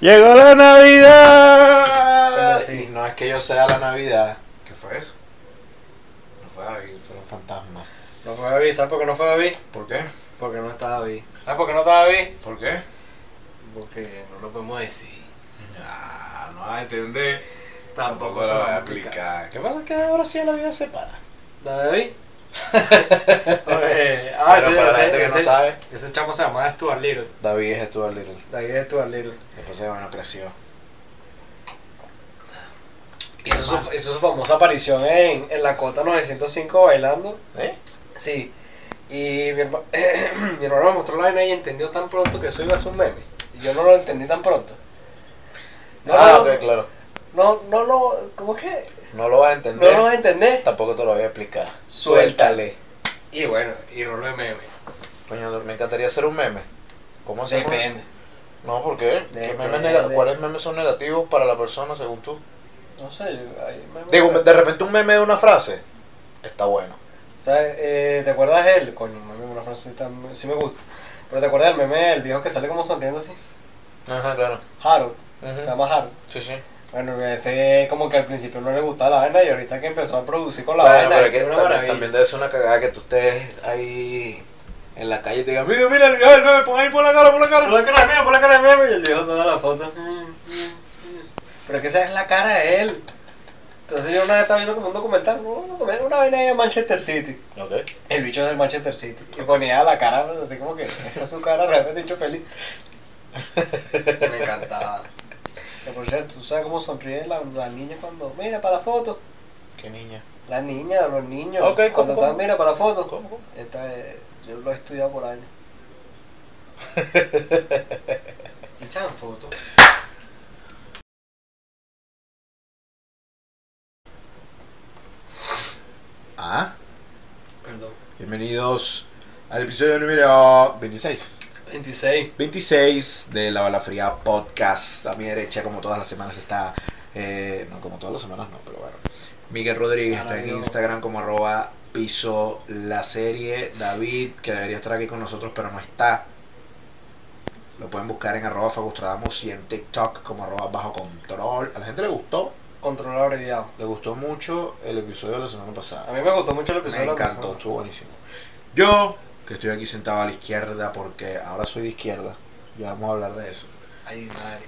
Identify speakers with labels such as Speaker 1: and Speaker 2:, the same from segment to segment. Speaker 1: Llegó la Navidad.
Speaker 2: Pero sí, no es que yo sea la Navidad. ¿Qué fue eso? No fue David, fueron fantasmas.
Speaker 3: No fue David, ¿sabes por qué no fue David?
Speaker 2: ¿Por qué?
Speaker 3: Porque no está David. ¿Sabes por qué no está David?
Speaker 2: ¿Por qué?
Speaker 3: Porque no lo podemos decir.
Speaker 2: Ah, no vas a entender.
Speaker 3: Tampoco
Speaker 2: lo
Speaker 3: se
Speaker 2: vas
Speaker 3: va a aplicar.
Speaker 2: ¿Qué pasa? Que ahora sí la vida se para.
Speaker 3: ¿La de David? Oye, ah,
Speaker 2: Bueno,
Speaker 3: ese-
Speaker 2: para la
Speaker 3: ese-
Speaker 2: gente que no
Speaker 3: ese-
Speaker 2: sabe,
Speaker 3: Ese chamo se llamaba Stuart Little.
Speaker 2: David es Stuart Little.
Speaker 3: David es Stuart Little.
Speaker 2: Después de bueno, creció.
Speaker 3: Hizo su, hizo su famosa aparición en, en la Cota 905 bailando.
Speaker 2: ¿Eh?
Speaker 3: Sí. Y mi, herma- mi hermano me mostró la vaina y entendió tan pronto que eso iba a ser un meme. Y yo no lo entendí tan pronto. No,
Speaker 2: ah,
Speaker 3: no,
Speaker 2: ok, claro.
Speaker 3: no, no lo. ¿Cómo es que?
Speaker 2: No lo vas a
Speaker 3: No
Speaker 2: entender.
Speaker 3: lo vas a entender.
Speaker 2: Tampoco te lo voy a explicar.
Speaker 3: Suéltale. Y bueno, y rollo de meme.
Speaker 2: Coño, me encantaría hacer un meme. ¿Cómo hacemos eso?
Speaker 3: Depende.
Speaker 2: No, ¿por qué? ¿Qué
Speaker 3: Depende.
Speaker 2: memes nega- ¿Cuáles memes son negativos para la persona según tú?
Speaker 3: No sé, yo- ahí me-
Speaker 2: Digo, de repente un meme de una frase está bueno.
Speaker 3: ¿Sabes? Eh, ¿Te acuerdas él? Coño, mami, una frase sí, tan- sí me gusta. Pero ¿te acuerdas del meme del viejo que sale como sonriendo así?
Speaker 2: Ajá, claro.
Speaker 3: Harold,
Speaker 2: Ujú.
Speaker 3: se llama Harold.
Speaker 2: Sí, sí.
Speaker 3: Bueno, ese como que al principio no le gustaba la vaina y ahorita que empezó a producir con la
Speaker 2: Bueno,
Speaker 3: vaina,
Speaker 2: pero
Speaker 3: es
Speaker 2: que
Speaker 3: una
Speaker 2: también,
Speaker 3: maravilla.
Speaker 2: también debe ser una cagada que tú estés ahí en la calle y te digan, mira, mira, el viejo del meme, pon ahí por la cara, por la
Speaker 3: Por
Speaker 2: cara.
Speaker 3: la cara de meme, por la cara de meme, y el viejo toda la foto. Pero es que esa es la cara de él. Entonces yo una vez estaba viendo como un documental, ¿no? un documental, una vaina de Manchester City.
Speaker 2: Ok.
Speaker 3: El bicho es del Manchester City. Y ponía la cara, pues, así como que esa es su cara, realmente dicho feliz. Me encantaba. Que por cierto, ¿tú sabes cómo sonríe la, la niña cuando. Mira, para la foto.
Speaker 2: Qué niña.
Speaker 3: La niña, los niños.
Speaker 2: Ok, ¿cómo,
Speaker 3: cuando están,
Speaker 2: cómo?
Speaker 3: mira, para la foto.
Speaker 2: ¿Cómo, cómo?
Speaker 3: Esta es- yo lo he estudiado por años. y echaban fotos.
Speaker 2: Ah,
Speaker 3: Perdón.
Speaker 2: bienvenidos al episodio número 26.
Speaker 3: 26.
Speaker 2: 26 de La Bala Fría Podcast. A mi derecha, como todas las semanas, está. eh, no, como todas las semanas, no, pero bueno. Miguel Rodríguez está en
Speaker 3: Maravilloso.
Speaker 2: Instagram como arroba piso la serie. David, que debería estar aquí con nosotros, pero no está. Lo pueden buscar en arroba fagustradamus y en TikTok como arroba bajo control. A la gente le gustó,
Speaker 3: Controlar abreviado.
Speaker 2: le gustó mucho el episodio de la semana pasada.
Speaker 3: A mí me gustó mucho el episodio
Speaker 2: Me
Speaker 3: de la
Speaker 2: encantó,
Speaker 3: persona.
Speaker 2: estuvo buenísimo. Yo, que estoy aquí sentado a la izquierda porque ahora soy de izquierda, ya vamos a hablar de eso.
Speaker 3: Ay, madre.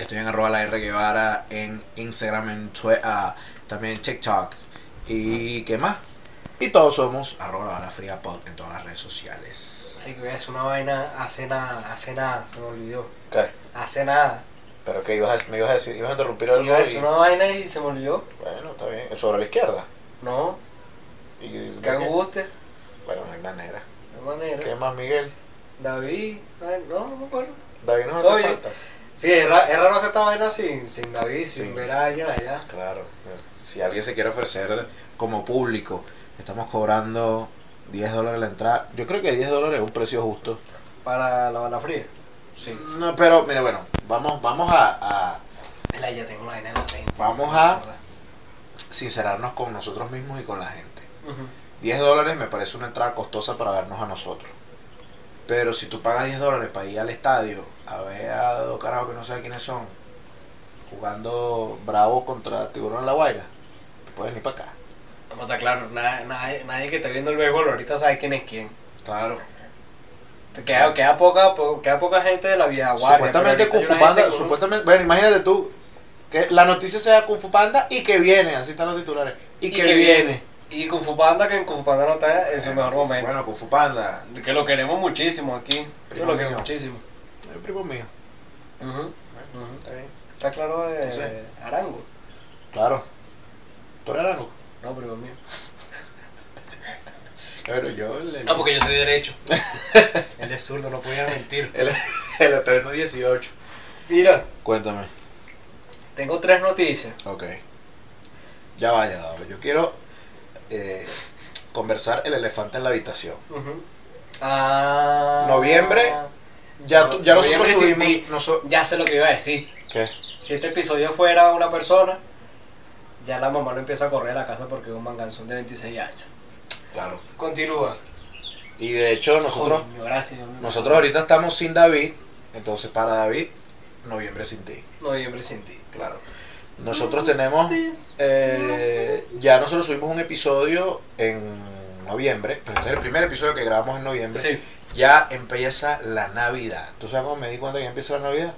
Speaker 2: Estoy en arroba la R Guevara en Instagram, en Twitter, ah, también en TikTok. ¿Y qué más? Y todos somos arroba la Bala fría pod en todas las redes sociales.
Speaker 3: Ay, que voy a hacer una vaina, hace nada, hace nada, se me olvidó.
Speaker 2: ¿Qué?
Speaker 3: Hace nada.
Speaker 2: ¿Pero qué ibas a, me ibas a decir? ¿Ibas a interrumpir
Speaker 3: Iba a decir una vaina y se me olvidó.
Speaker 2: Bueno, está bien. Sobre la izquierda.
Speaker 3: No,
Speaker 2: Y,
Speaker 3: que guste.
Speaker 2: Bueno, no hay manera.
Speaker 3: De manera.
Speaker 2: ¿Qué más, Miguel?
Speaker 3: David, ay, no, no me acuerdo.
Speaker 2: David no
Speaker 3: Todo
Speaker 2: hace
Speaker 3: bien.
Speaker 2: falta.
Speaker 3: Sí, es ra- es raro hacer esta vaina sin, sin David,
Speaker 2: Sí.
Speaker 3: sin ver a alguien allá.
Speaker 2: Claro, si alguien se quiere ofrecer como público, estamos cobrando 10 dólares la entrada. Yo creo que 10 dólares es un precio justo.
Speaker 3: Para la bala fría. Sí.
Speaker 2: No, pero, mira, bueno, vamos, vamos a, a
Speaker 3: La ya tengo la vaina en la mente.
Speaker 2: Vamos
Speaker 3: Ah.
Speaker 2: a- sincerarnos con nosotros mismos y con la gente.
Speaker 3: Ujú.
Speaker 2: 10 dólares me parece una entrada costosa para vernos a nosotros. Pero si tú pagas 10 dólares para ir al estadio a ver a dos carajos que no sabes quiénes son, jugando Bravo contra Tiburón en la Guaira, puedes ni para acá.
Speaker 3: Vamos a estar claro, na- nadie, nadie que esté viendo el béisbol ahorita sabe quién es quién.
Speaker 2: Claro.
Speaker 3: Te Queda, queda, poca, po- queda poca gente de la vida guardia.
Speaker 2: Supuestamente
Speaker 3: pero
Speaker 2: Kung Fu
Speaker 3: ahorita hay una gente
Speaker 2: Panda,
Speaker 3: con un-
Speaker 2: supuestamente, bueno, imagínate tú, que la noticia sea Kung Fu Panda y que viene, así están los titulares, y, que, viene.
Speaker 3: Y Kung Fu Panda, que en Kung Fu Panda no está en su mejor
Speaker 2: Kung Fu-
Speaker 3: momento.
Speaker 2: Bueno, Kung Fu Panda,
Speaker 3: Que lo queremos muchísimo aquí. Yo
Speaker 2: Primo
Speaker 3: lo quiero
Speaker 2: mío.
Speaker 3: muchísimo.
Speaker 2: el primo mío.
Speaker 3: Ujú, ujú. Está claro de
Speaker 2: Sí.
Speaker 3: Arango.
Speaker 2: Claro. ¿Tú eres algo?
Speaker 3: No, primo mío.
Speaker 2: Claro, yo le...
Speaker 3: No, porque yo soy derecho. Él es zurdo, no podía mentir.
Speaker 2: El, el eterno 18.
Speaker 3: Mira,
Speaker 2: Cuéntame.
Speaker 3: tengo tres noticias.
Speaker 2: Ok. Ya vaya, yo quiero eh, conversar el elefante en la habitación.
Speaker 3: Ah,
Speaker 2: Noviembre. Ya, tú- ya
Speaker 3: No-
Speaker 2: nosotros
Speaker 3: noviembre sin
Speaker 2: subimos... noso-
Speaker 3: Ya sé lo que iba a decir.
Speaker 2: ¿Qué?
Speaker 3: Si este episodio fuera una persona, ya la mamá lo empieza a correr a la casa porque es un manganzón de 26 años.
Speaker 2: Claro.
Speaker 3: Continúa.
Speaker 2: Y de hecho nosotros,
Speaker 3: Coño, gracias, Dios mío.
Speaker 2: nosotros ahorita estamos sin David, entonces para David, noviembre sin ti,
Speaker 3: Noviembre sin ti.
Speaker 2: claro. Nosotros tenemos, eh, ya nosotros subimos un episodio en noviembre, pero este es el primer episodio que grabamos en noviembre.
Speaker 3: Sí.
Speaker 2: Ya empieza la Navidad. ¿Tú sabes cómo me di cuenta que ya empieza la Navidad?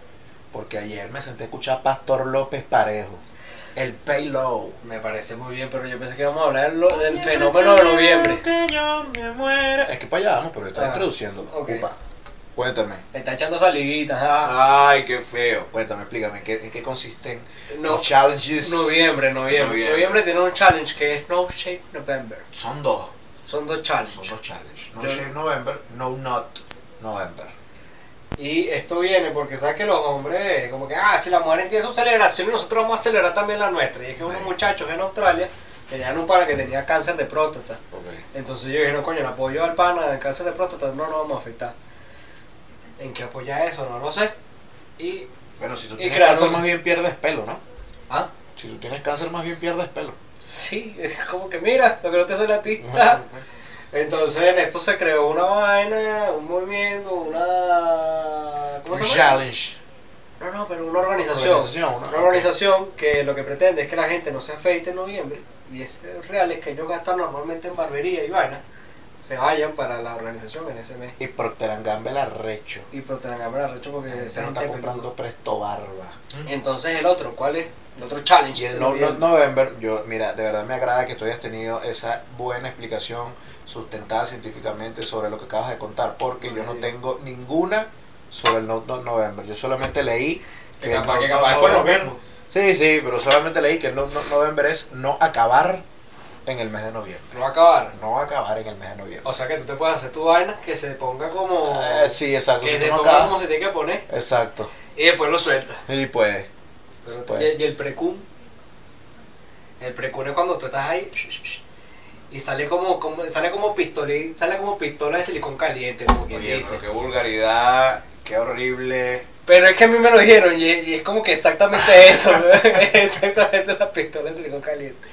Speaker 2: Porque ayer me senté a escuchar a Pastor López Parejo, el Paylow.
Speaker 3: Me parece muy bien, pero yo pensé que íbamos a hablar lo- del fenómeno de noviembre.
Speaker 2: Que yo me muera. Es que para allá vamos, pero estás
Speaker 3: Ah,
Speaker 2: introduciendo.
Speaker 3: ok.
Speaker 2: Upa. Cuéntame.
Speaker 3: Le está echando salivita. ajá.
Speaker 2: Ay, qué feo. Cuéntame, explícame, ¿en qué, en qué consisten
Speaker 3: No-
Speaker 2: los challenges?
Speaker 3: Noviembre, noviembre.
Speaker 2: Noviembre.
Speaker 3: Noviembre. tiene un challenge que es No Shape November.
Speaker 2: Son dos.
Speaker 3: Son dos
Speaker 2: Son
Speaker 3: challenges.
Speaker 2: dos challenges. No
Speaker 3: Yo-
Speaker 2: Shave November, No Not November.
Speaker 3: Y esto viene porque sabes que los hombres, como que, ah, si la mujer tiene su celebración, nosotros vamos a celebrar también la nuestra. Y es que unos
Speaker 2: Sí.
Speaker 3: muchachos en Australia tenían un pana que tenía cáncer de próstata. Entonces yo dije, no, coño, el apoyo al pana del cáncer de próstata no nos vamos a afectar. ¿En qué apoya eso? No lo sé. Y.
Speaker 2: Bueno, si tú
Speaker 3: Y
Speaker 2: tienes
Speaker 3: crear
Speaker 2: cáncer
Speaker 3: sos-
Speaker 2: más bien pierdes pelo, ¿no?
Speaker 3: Ah,
Speaker 2: Si tú tienes cáncer más bien pierdes pelo.
Speaker 3: sí, es como que mira, lo que no te sale a ti. Entonces en esto se creó una vaina, un movimiento, una. ¿Cómo
Speaker 2: Un
Speaker 3: se llama?
Speaker 2: challenge.
Speaker 3: No, no, pero una organización.
Speaker 2: Organización, ¿no?
Speaker 3: Una organización que lo que pretende es que la gente no se afeite en noviembre y esos reales que ellos gastan normalmente en barbería y vaina se vayan para la organización en ese mes.
Speaker 2: Y Procter Gamble arrecho.
Speaker 3: Y Protenagamar arrecho porque
Speaker 2: Se
Speaker 3: esa
Speaker 2: está
Speaker 3: gente
Speaker 2: comprando Presto Barba.
Speaker 3: Entonces el otro, ¿cuál es? El otro challenge.
Speaker 2: Y el
Speaker 3: de
Speaker 2: No Not
Speaker 3: noviembre.
Speaker 2: November, yo, mira, de verdad me agrada que tú hayas tenido esa buena explicación sustentada científicamente sobre lo que acabas de contar, porque yo no
Speaker 3: Sí.
Speaker 2: tengo ninguna sobre el No Not November. Yo solamente leí
Speaker 3: Que
Speaker 2: el
Speaker 3: capaz,
Speaker 2: No
Speaker 3: que
Speaker 2: Not
Speaker 3: capaz es por lo
Speaker 2: November-
Speaker 3: mismo.
Speaker 2: Sí, sí, pero solamente leí que el No Not November es no acabar en el mes de noviembre.
Speaker 3: No va a acabar.
Speaker 2: No acabar en el mes de noviembre.
Speaker 3: O sea que tú te puedes hacer tu vaina que se ponga como.
Speaker 2: Eh, sí, exacto.
Speaker 3: Oh, Que
Speaker 2: Si tú
Speaker 3: se
Speaker 2: no
Speaker 3: ponga como
Speaker 2: acabas,
Speaker 3: se tiene que poner
Speaker 2: exacto.
Speaker 3: y después lo sueltas.
Speaker 2: Y pues,
Speaker 3: Pero
Speaker 2: se
Speaker 3: te-
Speaker 2: puede.
Speaker 3: y, y el precum. El precum es cuando tú estás ahí y sale como, como sale como pistola sale como pistola de silicón caliente, como quien
Speaker 2: Oye,
Speaker 3: dice.
Speaker 2: pero qué vulgaridad, qué horrible.
Speaker 3: Pero es que a mí me lo dijeron y, y es como que exactamente eso, ¿no? exactamente la pistola de silicón caliente.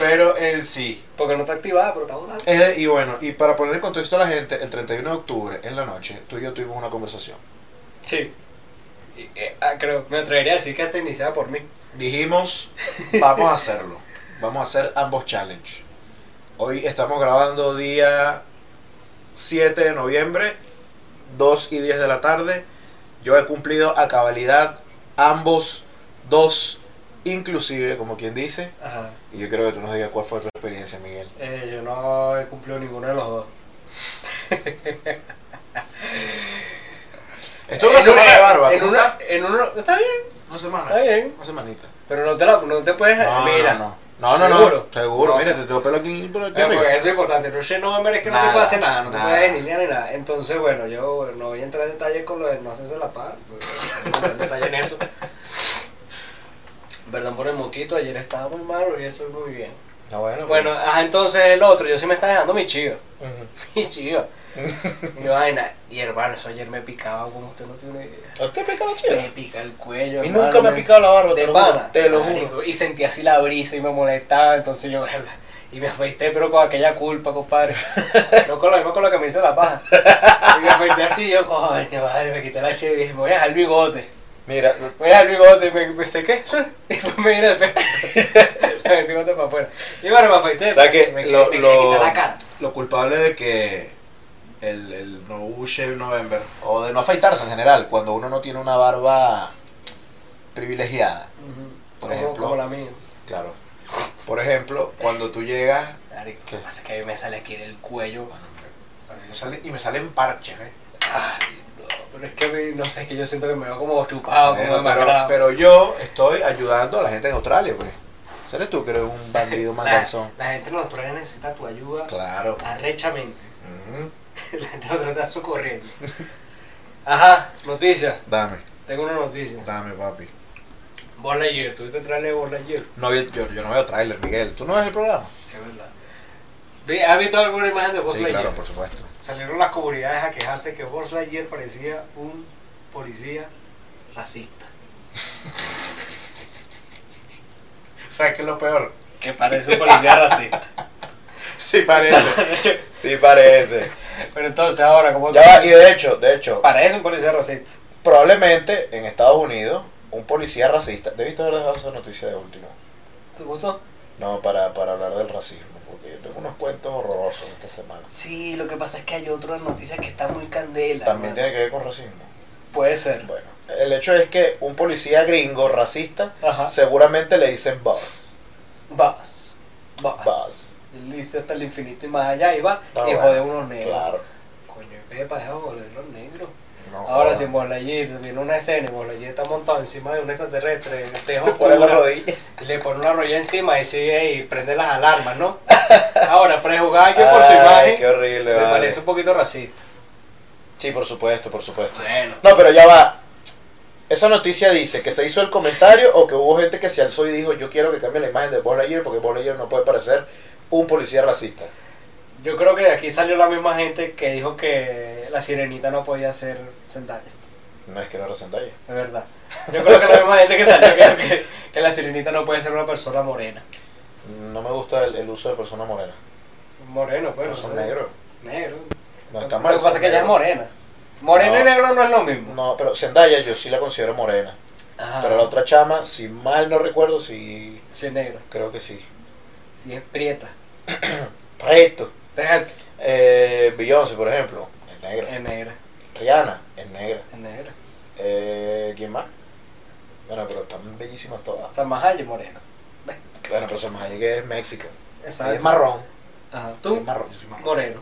Speaker 2: Pero en sí.
Speaker 3: Porque no está activada, pero está volando.
Speaker 2: Eh, y bueno, y para poner en contexto a la gente, el 31 de octubre, en la noche, tú y yo tuvimos una conversación.
Speaker 3: Sí. Y, eh, ah, creo, me atrevería a decir que hasta iniciada por mí.
Speaker 2: Dijimos, vamos a hacerlo. Vamos a hacer ambos challenge. Hoy estamos grabando día 7 de noviembre, 2 y 10 de la tarde. Yo he cumplido a cabalidad ambos, dos, inclusive, como quien dice.
Speaker 3: Ajá.
Speaker 2: Y yo creo que tú nos digas cuál fue tu experiencia, Miguel.
Speaker 3: Eh, yo no he cumplido ninguno de los dos.
Speaker 2: Esto es una
Speaker 3: En
Speaker 2: semana de barba. Ah.
Speaker 3: En
Speaker 2: ¿cómo
Speaker 3: una,
Speaker 2: está?
Speaker 3: en una- está bien,
Speaker 2: Una semana.
Speaker 3: está bien.
Speaker 2: Una semanita.
Speaker 3: Pero no te, la, no te puedes.
Speaker 2: No,
Speaker 3: Ah, mira,
Speaker 2: no, no. No, no, no. Seguro.
Speaker 3: ¿Seguro? No.
Speaker 2: mira, te tengo pelo aquí. Por aquí
Speaker 3: Eh,
Speaker 2: arriba.
Speaker 3: porque eso es importante. No sé, no me es que no
Speaker 2: Nada,
Speaker 3: te pase nada, no
Speaker 2: nada.
Speaker 3: te puedes delinear ni nada. Entonces, bueno, yo no voy a entrar en detalle con lo de no hacerse la paz. porque No voy a entrar en detalle en eso. Perdón por el moquito, ayer estaba muy malo y estoy muy bien.
Speaker 2: No, bueno.
Speaker 3: Bueno, ajá, entonces el otro, yo sí me está dejando mi chiva.
Speaker 2: pues.
Speaker 3: Mi chiva. mi vaina. Y hermano, eso ayer me picaba como usted no tiene una idea.
Speaker 2: ¿A usted pica la
Speaker 3: Me pica el cuello.
Speaker 2: Y
Speaker 3: hermano,
Speaker 2: nunca me ha picado la barba, te
Speaker 3: de
Speaker 2: lo juro.
Speaker 3: pana.
Speaker 2: Te lo
Speaker 3: Marico,
Speaker 2: juro.
Speaker 3: Y sentí así la brisa y me molestaba, entonces yo, verga, y me afeité, pero con aquella culpa, compadre. No con lo mismo con lo que me hizo la paja. Y me afeité así, yo, coño, madre, me quité la chévere y dije, me voy a dejar el bigote.
Speaker 2: Mira,
Speaker 3: Me voy a dejar el bigote y me, me sequé. Y después me vine el pelo. el bigote para afuera. Y bueno, me afeité.
Speaker 2: o sea que
Speaker 3: me,
Speaker 2: lo,
Speaker 3: me quería
Speaker 2: lo,
Speaker 3: quitar la cara.
Speaker 2: lo culpable de que el, el no shave November, o de no afeitarse en general, cuando uno no tiene una barba privilegiada,
Speaker 3: Ujú.
Speaker 2: Por
Speaker 3: Como-
Speaker 2: ejemplo.
Speaker 3: Como la mía.
Speaker 2: claro. Por ejemplo, cuando tú llegas,
Speaker 3: Marico,
Speaker 2: ¿Qué?
Speaker 3: lo que pasa es que a mí me sale aquí del cuello.
Speaker 2: a mí me sale- y me salen parches, ¿eh?
Speaker 3: Ay, no, pero es que a mí, no sé, es que yo siento que me veo como chupado, como
Speaker 2: Bueno, pero,
Speaker 3: demacrado.
Speaker 2: pero yo estoy ayudando a la gente en Australia, pues. ¿Sabes tú que eres un bandido
Speaker 3: La,
Speaker 2: manganzón?
Speaker 3: la gente en Australia necesita tu ayuda
Speaker 2: Claro.
Speaker 3: arrechamente.
Speaker 2: Ujú.
Speaker 3: La gente en Australia está socorriendo. Ajá, noticia.
Speaker 2: Dame,
Speaker 3: Tengo una noticia.
Speaker 2: dame, papi.
Speaker 3: Bon Lightyear, ¿tuviste traerle Bon Lightyear?
Speaker 2: No, vi- yo, yo no veo tráiler, Miguel. ¿Tú no ves el programa?
Speaker 3: Sí, es verdad. Vi- ¿Has visto alguna imagen de Buzz
Speaker 2: Sí,
Speaker 3: Lightyear?
Speaker 2: claro, por supuesto.
Speaker 3: Salieron las comunidades a quejarse que Buzz Lightyear parecía un policía racista.
Speaker 2: ¿Sabes qué es lo peor?
Speaker 3: Que parece un policía racista.
Speaker 2: Sí parece. Sí parece.
Speaker 3: Pero entonces ahora, como
Speaker 2: Ya va, y de hecho, de hecho,
Speaker 3: Parece un policía racista.
Speaker 2: probablemente en Estados Unidos, un policía racista. Debiste haber dejado esa noticia de último.
Speaker 3: ¿Te gustó?
Speaker 2: No, para, para hablar del racismo, porque yo tengo unos cuentos horrorosos esta semana.
Speaker 3: Sí, lo que pasa es que hay otra noticia que está muy candela.
Speaker 2: También
Speaker 3: mano.
Speaker 2: tiene que ver con racismo.
Speaker 3: Puede ser.
Speaker 2: Bueno, el hecho es que un policía gringo racista
Speaker 3: Ajá.
Speaker 2: seguramente le dicen boss.
Speaker 3: Vas. Vas.
Speaker 2: Vas.
Speaker 3: Él dice hasta el infinito y más allá y va
Speaker 2: No,
Speaker 3: y
Speaker 2: bueno,
Speaker 3: jode unos negros.
Speaker 2: Claro.
Speaker 3: Coño, Pepa, deja de joder los negros.
Speaker 2: No,
Speaker 3: Ahora, si Molayer viene una escena y Molayer está montado encima de un extraterrestre, en tejo
Speaker 2: te pone la
Speaker 3: oscura,
Speaker 2: rodilla.
Speaker 3: le pone una rodilla encima y sigue y prende las alarmas, ¿no? Ahora, prejuzgar que por su
Speaker 2: Ay,
Speaker 3: imagen
Speaker 2: Qué horrible,
Speaker 3: me
Speaker 2: vale.
Speaker 3: parece un poquito racista.
Speaker 2: Sí, por supuesto, por supuesto.
Speaker 3: Bueno,
Speaker 2: No, pero ya va. Esa noticia dice que se hizo el comentario o que hubo gente que se alzó y dijo yo quiero que cambie la imagen de Bon Lightyear porque Bon Lightyear no puede parecer un policía racista.
Speaker 3: yo creo que de aquí salió la misma gente que dijo que la sirenita no podía ser Zendaya.
Speaker 2: No es que no era Zendaya.
Speaker 3: Es verdad. Yo creo que la misma gente que salió que, que- que la sirenita no puede ser una persona morena.
Speaker 2: No me gusta el, el uso de persona morena.
Speaker 3: Moreno, pues.
Speaker 2: Pero son
Speaker 3: o sea,
Speaker 2: negros.
Speaker 3: Negro.
Speaker 2: No está mal.
Speaker 3: Lo que pasa
Speaker 2: ser
Speaker 3: es que ella es
Speaker 2: negro.
Speaker 3: morena. Moreno y
Speaker 2: No.
Speaker 3: negro no es lo mismo.
Speaker 2: No, pero Zendaya yo sí la considero morena.
Speaker 3: Ajá.
Speaker 2: Pero la otra chama, si mal no recuerdo, sí
Speaker 3: Si es negro,
Speaker 2: creo que sí.
Speaker 3: si es prieta.
Speaker 2: Preto.
Speaker 3: Deja-
Speaker 2: Eh, Beyoncé, por ejemplo, es negra.
Speaker 3: Es negra,
Speaker 2: Rihanna, es negra.
Speaker 3: es negra.
Speaker 2: Eh, ¿Quién más? Bueno, pero están bellísimas todas.
Speaker 3: Samajay es moreno.
Speaker 2: Bueno, pero Salma Hayek es mexicano.
Speaker 3: Exacto.
Speaker 2: Ella es marrón.
Speaker 3: Ajá.
Speaker 2: Ella
Speaker 3: Tú,
Speaker 2: es marrón, yo soy marrón.
Speaker 3: moreno.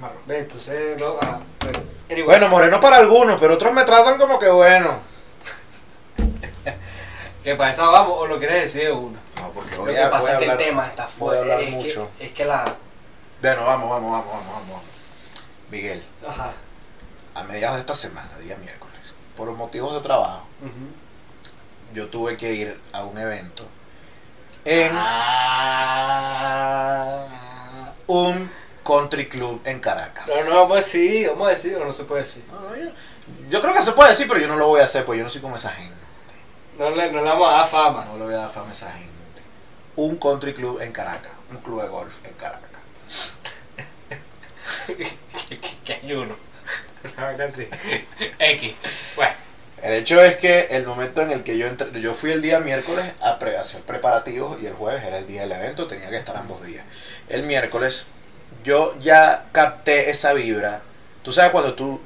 Speaker 2: Marrón.
Speaker 3: Ve, entonces, no, ah, bueno. Anyway.
Speaker 2: Bueno, moreno para algunos, pero otros me tratan como que bueno.
Speaker 3: que para esa vamos, o lo quieres decir de una.
Speaker 2: No, porque
Speaker 3: Lo
Speaker 2: voy
Speaker 3: que
Speaker 2: a-
Speaker 3: pasa
Speaker 2: voy a
Speaker 3: es que el
Speaker 2: hablar-
Speaker 3: tema está
Speaker 2: voy a
Speaker 3: fuerte.
Speaker 2: hablar
Speaker 3: es,
Speaker 2: mucho.
Speaker 3: Que, es que la.
Speaker 2: Bueno, vamos, vamos, vamos, vamos, vamos, vamos. Miguel,
Speaker 3: Ajá.
Speaker 2: a mediados de esta semana, día miércoles, por motivos de trabajo,
Speaker 3: Ujú.
Speaker 2: yo tuve que ir a un evento en
Speaker 3: Ah.
Speaker 2: un country club en Caracas.
Speaker 3: No, no, vamos a decir, vamos a decir o no se puede decir.
Speaker 2: No, no, yo, yo creo que se puede decir, pero yo no lo voy a hacer, porque yo no soy como esa gente.
Speaker 3: No le, no le vamos a dar fama.
Speaker 2: No le voy a dar fama a esa gente. Un country club en Caracas, un club de golf en Caracas.
Speaker 3: que, que- que hay uno. Una vaina así. X. Bueno.
Speaker 2: El hecho es que el momento en el que yo entré, yo fui el día miércoles a, pre- a hacer preparativos y el jueves era el día del evento, tenía que estar ambos días. El miércoles yo ya capté esa vibra. Tú sabes cuando tú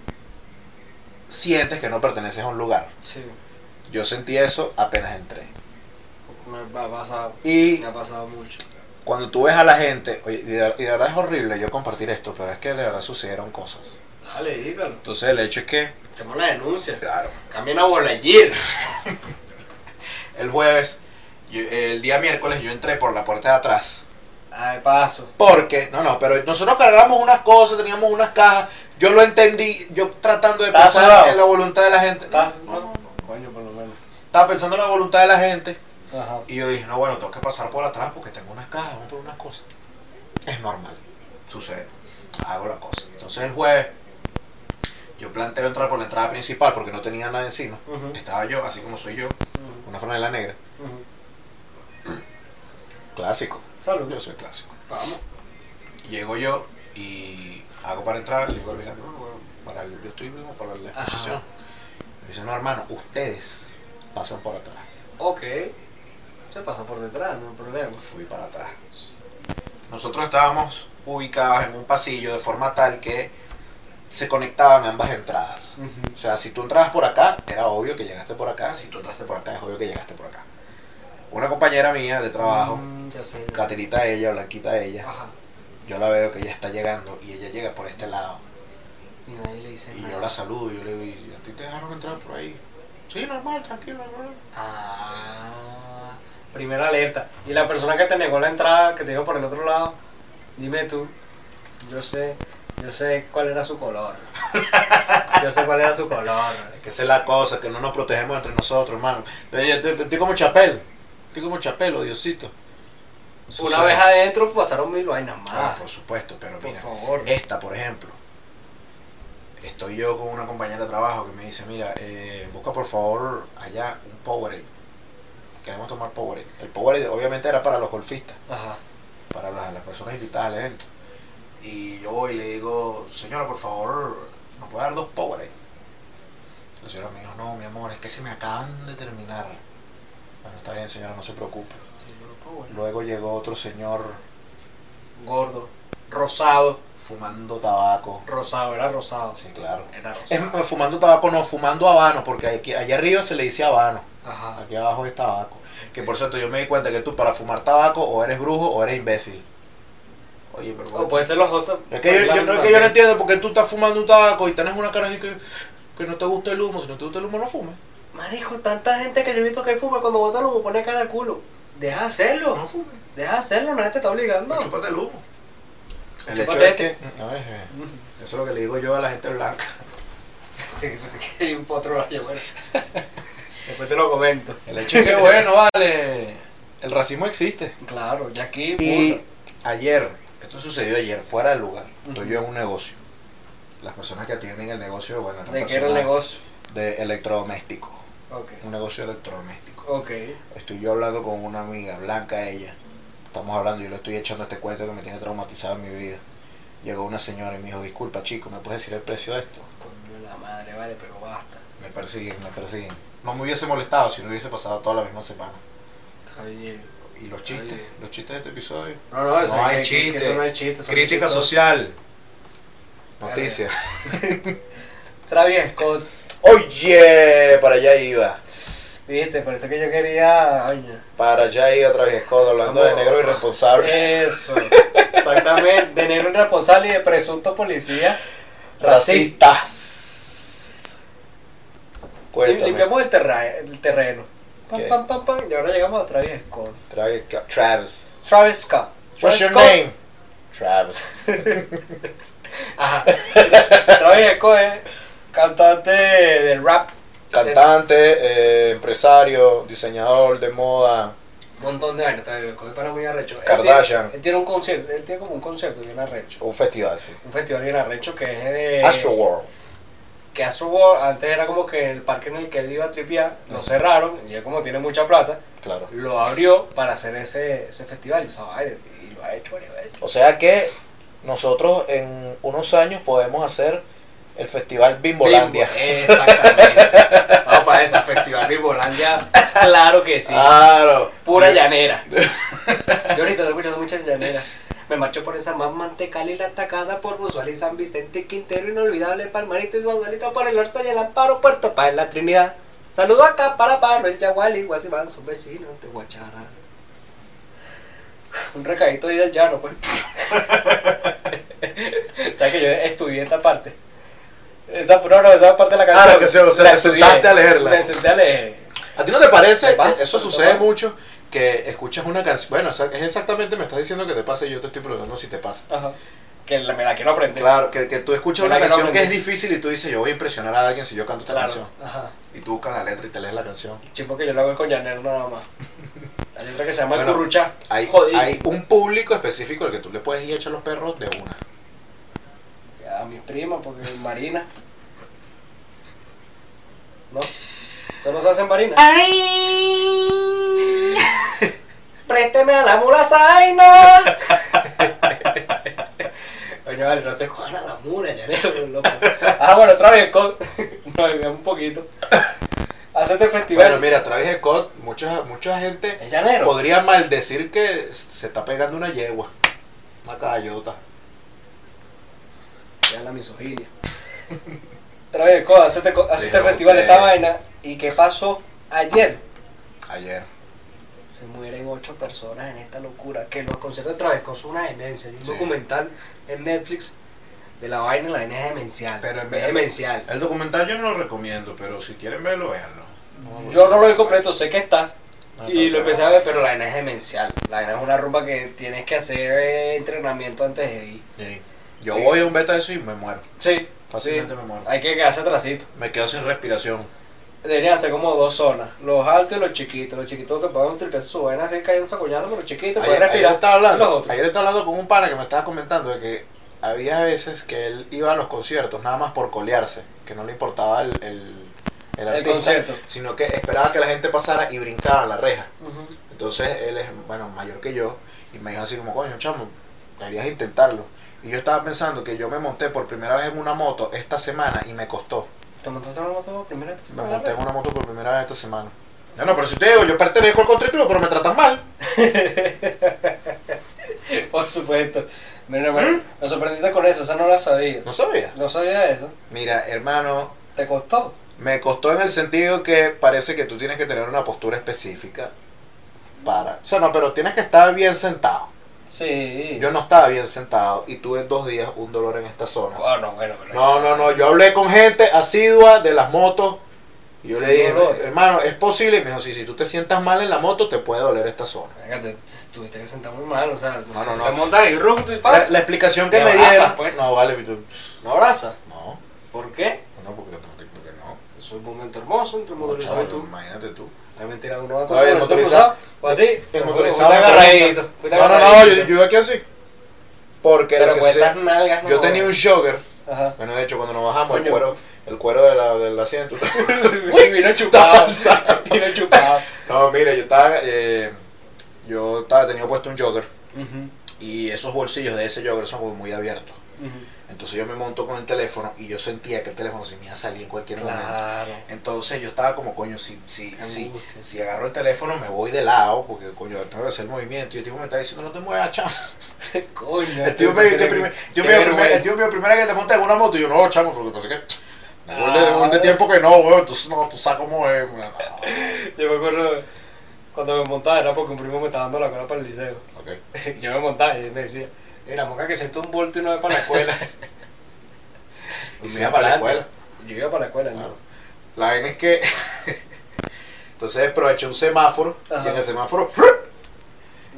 Speaker 2: sientes que no perteneces a un lugar.
Speaker 3: Sí.
Speaker 2: Yo sentí eso apenas entré.
Speaker 3: Me ha pasado.
Speaker 2: Y
Speaker 3: Me ha pasado mucho.
Speaker 2: cuando tú ves a la gente, oye, y de, y de verdad es horrible yo compartir esto, pero es que de verdad sucedieron cosas.
Speaker 3: Dale, dígalo.
Speaker 2: Entonces el hecho es que,
Speaker 3: Hacemos la denuncia.
Speaker 2: claro,
Speaker 3: Camina a Bolayir.
Speaker 2: el jueves, yo- el día miércoles yo entré por la puerta de atrás.
Speaker 3: Ah, de paso.
Speaker 2: Porque, no, no, pero nosotros cargamos unas cosas, teníamos unas cajas. Yo lo entendí, yo tratando de
Speaker 3: ¿Estás
Speaker 2: pensar
Speaker 3: sudado?
Speaker 2: en la voluntad de la gente. No, no, no.
Speaker 3: Coño, por lo menos.
Speaker 2: Estaba pensando en la voluntad de la gente.
Speaker 3: Ajá.
Speaker 2: Y yo dije, no, bueno, tengo que pasar por atrás porque tengo unas cajas, vamos por unas cosas. Es normal, sucede. Hago la cosa. Entonces el jueves, yo planteo entrar por la entrada principal porque no tenía nada encima.
Speaker 3: Ujú.
Speaker 2: Estaba yo, así como soy yo,
Speaker 3: Ujú.
Speaker 2: una franela negra.
Speaker 3: Ujú.
Speaker 2: Clásico. Yo
Speaker 3: Salud.
Speaker 2: soy clásico.
Speaker 3: Vamos.
Speaker 2: Llego yo y hago para entrar, le digo al vigilante, no, no, para el- yo estoy mismo para la
Speaker 3: Ajá.
Speaker 2: exposición. Me dice, no hermano, ustedes pasan por atrás.
Speaker 3: Ok. Se pasa por detrás, no hay problema.
Speaker 2: Fui para atrás. Nosotros estábamos ubicados en un pasillo de forma tal que se conectaban ambas entradas. O sea, si tú entrabas por acá, era obvio que llegaste por acá. Si tú entraste por acá, es obvio que llegaste por acá. Una compañera mía de trabajo,
Speaker 3: Mm, ya sé.
Speaker 2: Caterita ella, Blanquita ella,
Speaker 3: Ajá.
Speaker 2: yo la veo que ella está llegando y ella llega por este lado.
Speaker 3: Y nadie le dice
Speaker 2: Y
Speaker 3: nada.
Speaker 2: yo la saludo y yo le digo, ¿y a ti te dejaron entrar por ahí? Sí, normal, tranquilo, normal.
Speaker 3: Ah, primera alerta. Y la persona que te negó la entrada, que te dijo por el otro lado, dime tú, yo sé, yo sé cuál era su color. Yo sé cuál era su color.
Speaker 2: Que esa es la cosa, que no nos protegemos entre nosotros, hermano. Yo- yo- yo- yo Estoy como chapel, estoy como chapel, oh Diosito.
Speaker 3: Una
Speaker 2: Sucede.
Speaker 3: vez adentro pasaron mil vainas
Speaker 2: Ah,
Speaker 3: más.
Speaker 2: por supuesto, pero
Speaker 3: por
Speaker 2: mira,
Speaker 3: favor.
Speaker 2: esta, por ejemplo, estoy yo con una compañera de trabajo que me dice, mira, eh, busca por favor allá un Powerade. Queremos tomar Powerade. El Powerade obviamente era para los golfistas.
Speaker 3: Ajá.
Speaker 2: para las, las personas invitadas al evento. Y yo voy y le digo, señora, por favor, ¿nos puede dar dos pobres? La señora me dijo, no, mi amor, es que se me acaban de terminar. Bueno, está bien, señora, no se preocupe. Luego llegó otro señor
Speaker 3: Gordo, rosado,
Speaker 2: fumando tabaco.
Speaker 3: rosado, era rosado.
Speaker 2: Sí, claro.
Speaker 3: Era rosado.
Speaker 2: Es, fumando tabaco no, fumando habano, porque aquí, allá arriba se le dice habano,
Speaker 3: Ajá.
Speaker 2: aquí abajo es tabaco. Que por cierto, yo me di cuenta que tú para fumar tabaco o eres brujo o eres imbécil. Oye, pero...
Speaker 3: O puede ser los otros.
Speaker 2: Es que, yo, yo- no, es que yo no entiendo por qué tú estás fumando un tabaco y tienes una cara así que, que no te gusta el humo. Si no te gusta el humo, no fumes.
Speaker 3: Marico, tanta gente que yo he visto que fuma cuando bota el humo pone cara al culo. Deja de hacerlo,
Speaker 2: No fumes.
Speaker 3: deja de hacerlo, nadie te está obligando.
Speaker 2: No. Chúpate el humo. El hecho
Speaker 3: Chúpate
Speaker 2: es que, no, es- eh, eso es lo que le digo yo a la gente blanca.
Speaker 3: Sí, pensé que era un potro vaya, bueno. Después te lo comento.
Speaker 2: El hecho es que, bueno, vale, el racismo existe.
Speaker 3: Claro, ya aquí,
Speaker 2: Y
Speaker 3: puta.
Speaker 2: ayer, esto sucedió ayer, fuera del lugar. Estoy
Speaker 3: Ujú.
Speaker 2: yo en un negocio. Las personas que atienden el negocio, bueno, eran
Speaker 3: ¿De qué era el
Speaker 2: personas
Speaker 3: negocio?
Speaker 2: De electrodoméstico.
Speaker 3: Ok.
Speaker 2: Un negocio de electrodoméstico.
Speaker 3: Ok.
Speaker 2: Estoy yo hablando con una amiga, blanca ella. Estamos hablando, yo le estoy echando este cuento que me tiene traumatizado en mi vida. Llegó una señora y me dijo, disculpa chico, ¿me puedes decir el precio de esto?
Speaker 3: Coño de la madre, vale, pero basta.
Speaker 2: Me persiguen, me persiguen. No me hubiese molestado si no hubiese pasado toda la misma semana.
Speaker 3: Está bien.
Speaker 2: Y los chistes,
Speaker 3: Oye.
Speaker 2: los chistes de este episodio.
Speaker 3: No, no, eso,
Speaker 2: No hay
Speaker 3: que- que- que
Speaker 2: chiste.
Speaker 3: eso no es chiste. son
Speaker 2: Crítica
Speaker 3: chistes.
Speaker 2: social. Noticias.
Speaker 3: Travis Scott,
Speaker 2: Oye, para allá iba.
Speaker 3: viste, por eso que yo quería. Oye.
Speaker 2: Para allá iba Travis Scott hablando de
Speaker 3: Vamos. Eh,
Speaker 2: negro irresponsable.
Speaker 3: Eso, exactamente. De negro irresponsable y de presunto policía racista.
Speaker 2: Racistas.
Speaker 3: Lim-
Speaker 2: Cuéntame.
Speaker 3: Limpiamos el, terra- el terreno. Pam,
Speaker 2: ¿Qué?
Speaker 3: pam, pam, pam. Y ahora llegamos a Travis Scott.
Speaker 2: Travis. Scott- Travis.
Speaker 3: Travis Scott.
Speaker 2: What's
Speaker 3: Travis
Speaker 2: your
Speaker 3: Scott.
Speaker 2: name? Travis.
Speaker 3: Ajá. Travis Scott es cantante de rap.
Speaker 2: Cantante, eh, empresario, diseñador de moda.
Speaker 3: Un montón de años. Travis Scott es para muy arrecho. Él
Speaker 2: Kardashian.
Speaker 3: tiene- Él tiene un concierto. Él tiene como un concierto bien arrecho.
Speaker 2: Un festival, sí.
Speaker 3: Un festival bien arrecho que es de.
Speaker 2: Astro World.
Speaker 3: que Astro World antes era como que el parque en el que él iba a tripear, lo cerraron, y él como tiene mucha plata,
Speaker 2: Claro.
Speaker 3: lo abrió para hacer ese, ese festival y, esa vaina, y lo ha hecho varias veces.
Speaker 2: O sea que nosotros en unos años podemos hacer el festival Bimbolandia.
Speaker 3: Bimbo, Exactamente. Vamos para ese festival Bimbolandia, claro que sí.
Speaker 2: Claro.
Speaker 3: Pura
Speaker 2: Yo-
Speaker 3: llanera. Yo ahorita estoy escuchando mucha llanera. Me marcho por esa más mantecal y la atacada por Busual y San Vicente Quintero, inolvidable Palmarito y Guadalito por el Orza y el Amparo, Puerto Paz en la Trinidad. Saludo acá para Paro, el Yagual y Guasimán, sus vecinos de Guachara. Un recadito ahí del llano, pues. ¿Sabes que yo estudié esta parte? Esa, no, no, esa parte de la
Speaker 2: Ah, la
Speaker 3: canción.
Speaker 2: canción, o sea,
Speaker 3: la
Speaker 2: te
Speaker 3: estudié.
Speaker 2: sentaste a leerla.
Speaker 3: Me senté a leer.
Speaker 2: ¿A ti no te parece?
Speaker 3: Te pasa,
Speaker 2: Eso
Speaker 3: te
Speaker 2: sucede
Speaker 3: pasa.
Speaker 2: mucho que escuchas una canción. Bueno, esa- es exactamente me estás diciendo que te pasa y yo te estoy preguntando si te pasa.
Speaker 3: Ajá. Que la- me la quiero aprender.
Speaker 2: Claro, que, que tú escuchas
Speaker 3: Mira
Speaker 2: una
Speaker 3: que no
Speaker 2: canción que es
Speaker 3: aprendí.
Speaker 2: difícil y tú dices, yo voy a impresionar a alguien si yo canto esta canción.
Speaker 3: Ajá.
Speaker 2: Y tú buscas la letra y te lees la canción.
Speaker 3: Chico que yo lo hago con llanero nada más. Hay otra que se llama
Speaker 2: Bueno,
Speaker 3: el currucha.
Speaker 2: Hay, hay
Speaker 3: Jodidísimo.
Speaker 2: un público específico al que tú le puedes ir a echar los perros de una.
Speaker 3: A mis primas, porque Marina. ¿No? Solo se hacen Marina. ¡Ay! ¡Présteme a la mula Zaina! Coño, vale, no sé cuál a la mula, llanero, loco. Ah, bueno, otra vez, con. No, un poquito. Hace este festival.
Speaker 2: Bueno, mira, Travis Scott, mucha, mucha gente
Speaker 3: ¿Es llanero?
Speaker 2: podría maldecir que se está pegando una yegua. Una caballota.
Speaker 3: Ya la misoginia. Travis Scott, hace este, co- hace este
Speaker 2: Dijo
Speaker 3: festival de
Speaker 2: usted.
Speaker 3: esta vaina. ¿Y qué pasó ayer?
Speaker 2: Ayer.
Speaker 3: Se mueren ocho personas en esta locura. Que los conciertos de Travis Scott son una demencia. Hay un
Speaker 2: Sí.
Speaker 3: documental en Netflix de la vaina, la vaina es demencial.
Speaker 2: Pero en
Speaker 3: es
Speaker 2: vez-
Speaker 3: demencial.
Speaker 2: El documental yo no lo recomiendo, pero si quieren verlo, véanlo.
Speaker 3: Yo no lo vi completo, sé que está.
Speaker 2: No,
Speaker 3: Y
Speaker 2: Ah, entonces-
Speaker 3: lo empecé a ver, pero la vaina es demencial. La vaina es una rumba que tienes que hacer eh, entrenamiento antes de ir.
Speaker 2: Sí. Yo
Speaker 3: Sí.
Speaker 2: voy a un beta de eso y me muero.
Speaker 3: Sí,
Speaker 2: Fácilmente me muero.
Speaker 3: hay que quedarse atrasito.
Speaker 2: Me quedo sin respiración.
Speaker 3: Deberían ser como dos zonas, los altos y los chiquitos. Los chiquitos que podemos tripearse su vaina así cayendo a coñazo, pero los chiquitos pueden
Speaker 2: Ayer, ayer
Speaker 3: respirar.
Speaker 2: estaba
Speaker 3: Pues los
Speaker 2: hablando,
Speaker 3: otros.
Speaker 2: ayer estaba hablando con un pana que me estaba comentando de que había veces que él iba a los conciertos nada más por colearse, que no le importaba el, el, el
Speaker 3: El concierto.
Speaker 2: sino que esperaba que la gente pasara y brincaba en la reja. Entonces él es, bueno, mayor que yo, y me dijo así como, coño, chamo, deberías intentarlo. Y yo estaba pensando que yo me monté por primera vez en una moto esta semana y me costó.
Speaker 3: ¿Te montaste en una moto primera vez?
Speaker 2: Me monté en una moto por primera vez esta semana. No, no, pero si te digo, yo pertenezco al country club, pero me tratan mal.
Speaker 3: Por supuesto. Mira, hermano, me sorprendiste con eso, esa no la sabía.
Speaker 2: No sabía.
Speaker 3: No sabía eso.
Speaker 2: Mira, hermano,
Speaker 3: ¿Te costó?
Speaker 2: me costó en el sentido que parece que tú tienes que tener una postura específica para... O sea, no, pero tienes que estar bien sentado.
Speaker 3: Sí.
Speaker 2: Yo no estaba bien sentado y tuve dos días un dolor en esta zona.
Speaker 3: Bueno, Ah, bueno, pero.
Speaker 2: No, no, no, yo hablé con gente asidua de las motos. Y yo le dije,
Speaker 3: Dolor.
Speaker 2: hermano, es posible. Y me dijo, sí, si tú te sientas mal en la moto, te puede doler esta zona.
Speaker 3: Venga, te, tuviste que sentar muy mal, o sea, tú-
Speaker 2: No, no,
Speaker 3: tú
Speaker 2: no.
Speaker 3: te montas y rum, tú y
Speaker 2: La,
Speaker 3: pa.
Speaker 2: la explicación que
Speaker 3: Te
Speaker 2: me
Speaker 3: abrazas,
Speaker 2: dieron...
Speaker 3: pues.
Speaker 2: No, vale, tú-
Speaker 3: No abraza.
Speaker 2: no,
Speaker 3: ¿Por qué?
Speaker 2: no, porque, porque, porque no.
Speaker 3: Es un momento hermoso entre el
Speaker 2: No,
Speaker 3: motorizado y
Speaker 2: chaval,
Speaker 3: tú.
Speaker 2: imagínate tú.
Speaker 3: La mentira, uno va
Speaker 2: A ver, el
Speaker 3: el
Speaker 2: motorizado-
Speaker 3: cruzado, O así.
Speaker 2: El motorizado.
Speaker 3: Pues Fuiste
Speaker 2: me
Speaker 3: agarradito.
Speaker 2: pregunta-
Speaker 3: fuiste
Speaker 2: No, no, no,
Speaker 3: agarradito.
Speaker 2: yo, yo iba aquí así. Porque lo
Speaker 3: Pero
Speaker 2: que
Speaker 3: con
Speaker 2: sucede-
Speaker 3: esas nalgas no.
Speaker 2: yo tenía un jogger.
Speaker 3: Ajá.
Speaker 2: Bueno, de hecho, cuando nos bajamos, el
Speaker 3: Coño.
Speaker 2: cuero, el cuero de la- del asiento.
Speaker 3: Y vino chupado.
Speaker 2: avanzado.
Speaker 3: Vino chupado.
Speaker 2: no, mira, yo estaba. eh, yo estaba, tenía puesto un jogger.
Speaker 3: Ujú,
Speaker 2: Y esos bolsillos de ese jogger son como muy abiertos.
Speaker 3: ujú.
Speaker 2: Entonces yo me monto con el teléfono y yo sentía que el teléfono se me iba a salir en cualquier momento.
Speaker 3: Claro.
Speaker 2: Entonces yo estaba como, coño, si, si,
Speaker 3: Qué
Speaker 2: si,
Speaker 3: angustia.
Speaker 2: si agarro el teléfono me voy de lado, porque coño, tengo que hacer movimiento. Y el tipo me está diciendo, no te muevas, chamo.
Speaker 3: Coño.
Speaker 2: El tío me dijo, primera, el
Speaker 3: pues.
Speaker 2: tío me dijo, primera que te montas en una moto. Y yo, no, chamo, porque pensé que.
Speaker 3: Ah.
Speaker 2: Gol de, gol de tiempo que no, weón. Entonces, no, tú sabes cómo es. weón.
Speaker 3: Yo me acuerdo cuando me montaba era porque un primo me estaba dando la cola para el liceo.
Speaker 2: No. Ok.
Speaker 3: Yo me montaba y él me decía, mira, moca que siento un voltio y no voy para la escuela.
Speaker 2: Y
Speaker 3: y
Speaker 2: se
Speaker 3: me
Speaker 2: iba
Speaker 3: iba
Speaker 2: para
Speaker 3: para
Speaker 2: la
Speaker 3: adelante. Yo iba para la escuela, ¿no?
Speaker 2: Claro. La vaina es que. entonces aproveché un semáforo y
Speaker 3: Ajá.
Speaker 2: en el semáforo.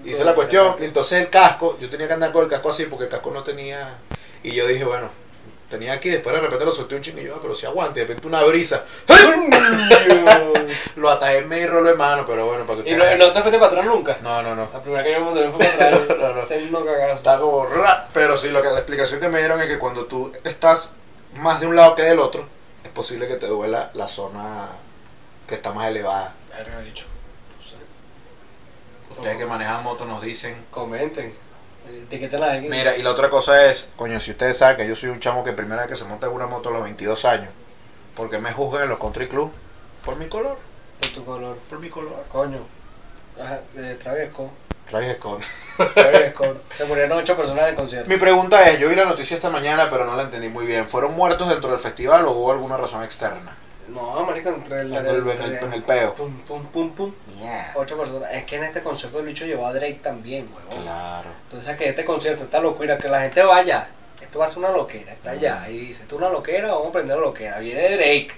Speaker 2: Hice la cuestión. Entonces el casco, yo tenía que andar con el casco así porque el casco no tenía. Y yo dije, bueno, tenía aquí, después de repente lo solté un chingo y yo, ah, pero si aguante, de repente una brisa. Lo atajé en mi rolo de mano, pero bueno, para que
Speaker 3: y
Speaker 2: ustedes.
Speaker 3: no, no te fuiste para atrás nunca.
Speaker 2: no, no, no.
Speaker 3: La primera que yo me monté fue para atrás.
Speaker 2: No, no.
Speaker 3: Siendo cagazo.
Speaker 2: Está como ra, pero sí, lo que, la explicación que me dieron es que cuando tú estás más de un lado que del otro, es posible que te duela la zona que está más elevada.
Speaker 3: Verga, bicho. No sé.
Speaker 2: Ustedes que manejan motos nos dicen.
Speaker 3: Comenten. Eh, Etiqueten a alguien.
Speaker 2: Mira, y la otra cosa es, coño, si ustedes saben que yo soy un chamo que primera vez que se monta en una moto a los 22 años, ¿por qué me juzgan en los country club? Por mi color,
Speaker 3: Por tu color.
Speaker 2: por mi color.
Speaker 3: Coño. Ajá, eh, Travis Scott.
Speaker 2: Travis Scott.
Speaker 3: Travis Scott. Se murieron ocho personas en el concierto.
Speaker 2: Mi pregunta es, yo vi la noticia esta mañana, pero no la entendí muy bien. ¿Fueron muertos dentro del festival o hubo alguna razón externa?
Speaker 3: No, marico, entre el,
Speaker 2: Entre el-
Speaker 3: entre-
Speaker 2: en el peo.
Speaker 3: Pum, pum, pum, pum.
Speaker 2: Yeah.
Speaker 3: Ocho personas. Es que en este concierto el bicho llevó a Drake también, huevón.
Speaker 2: Claro.
Speaker 3: Entonces, que este concierto, esta locura, que la gente vaya. Esto va a ser una loquera. Está allá. Y dice, tú una loquera, vamos a prender la loquera. Viene Drake.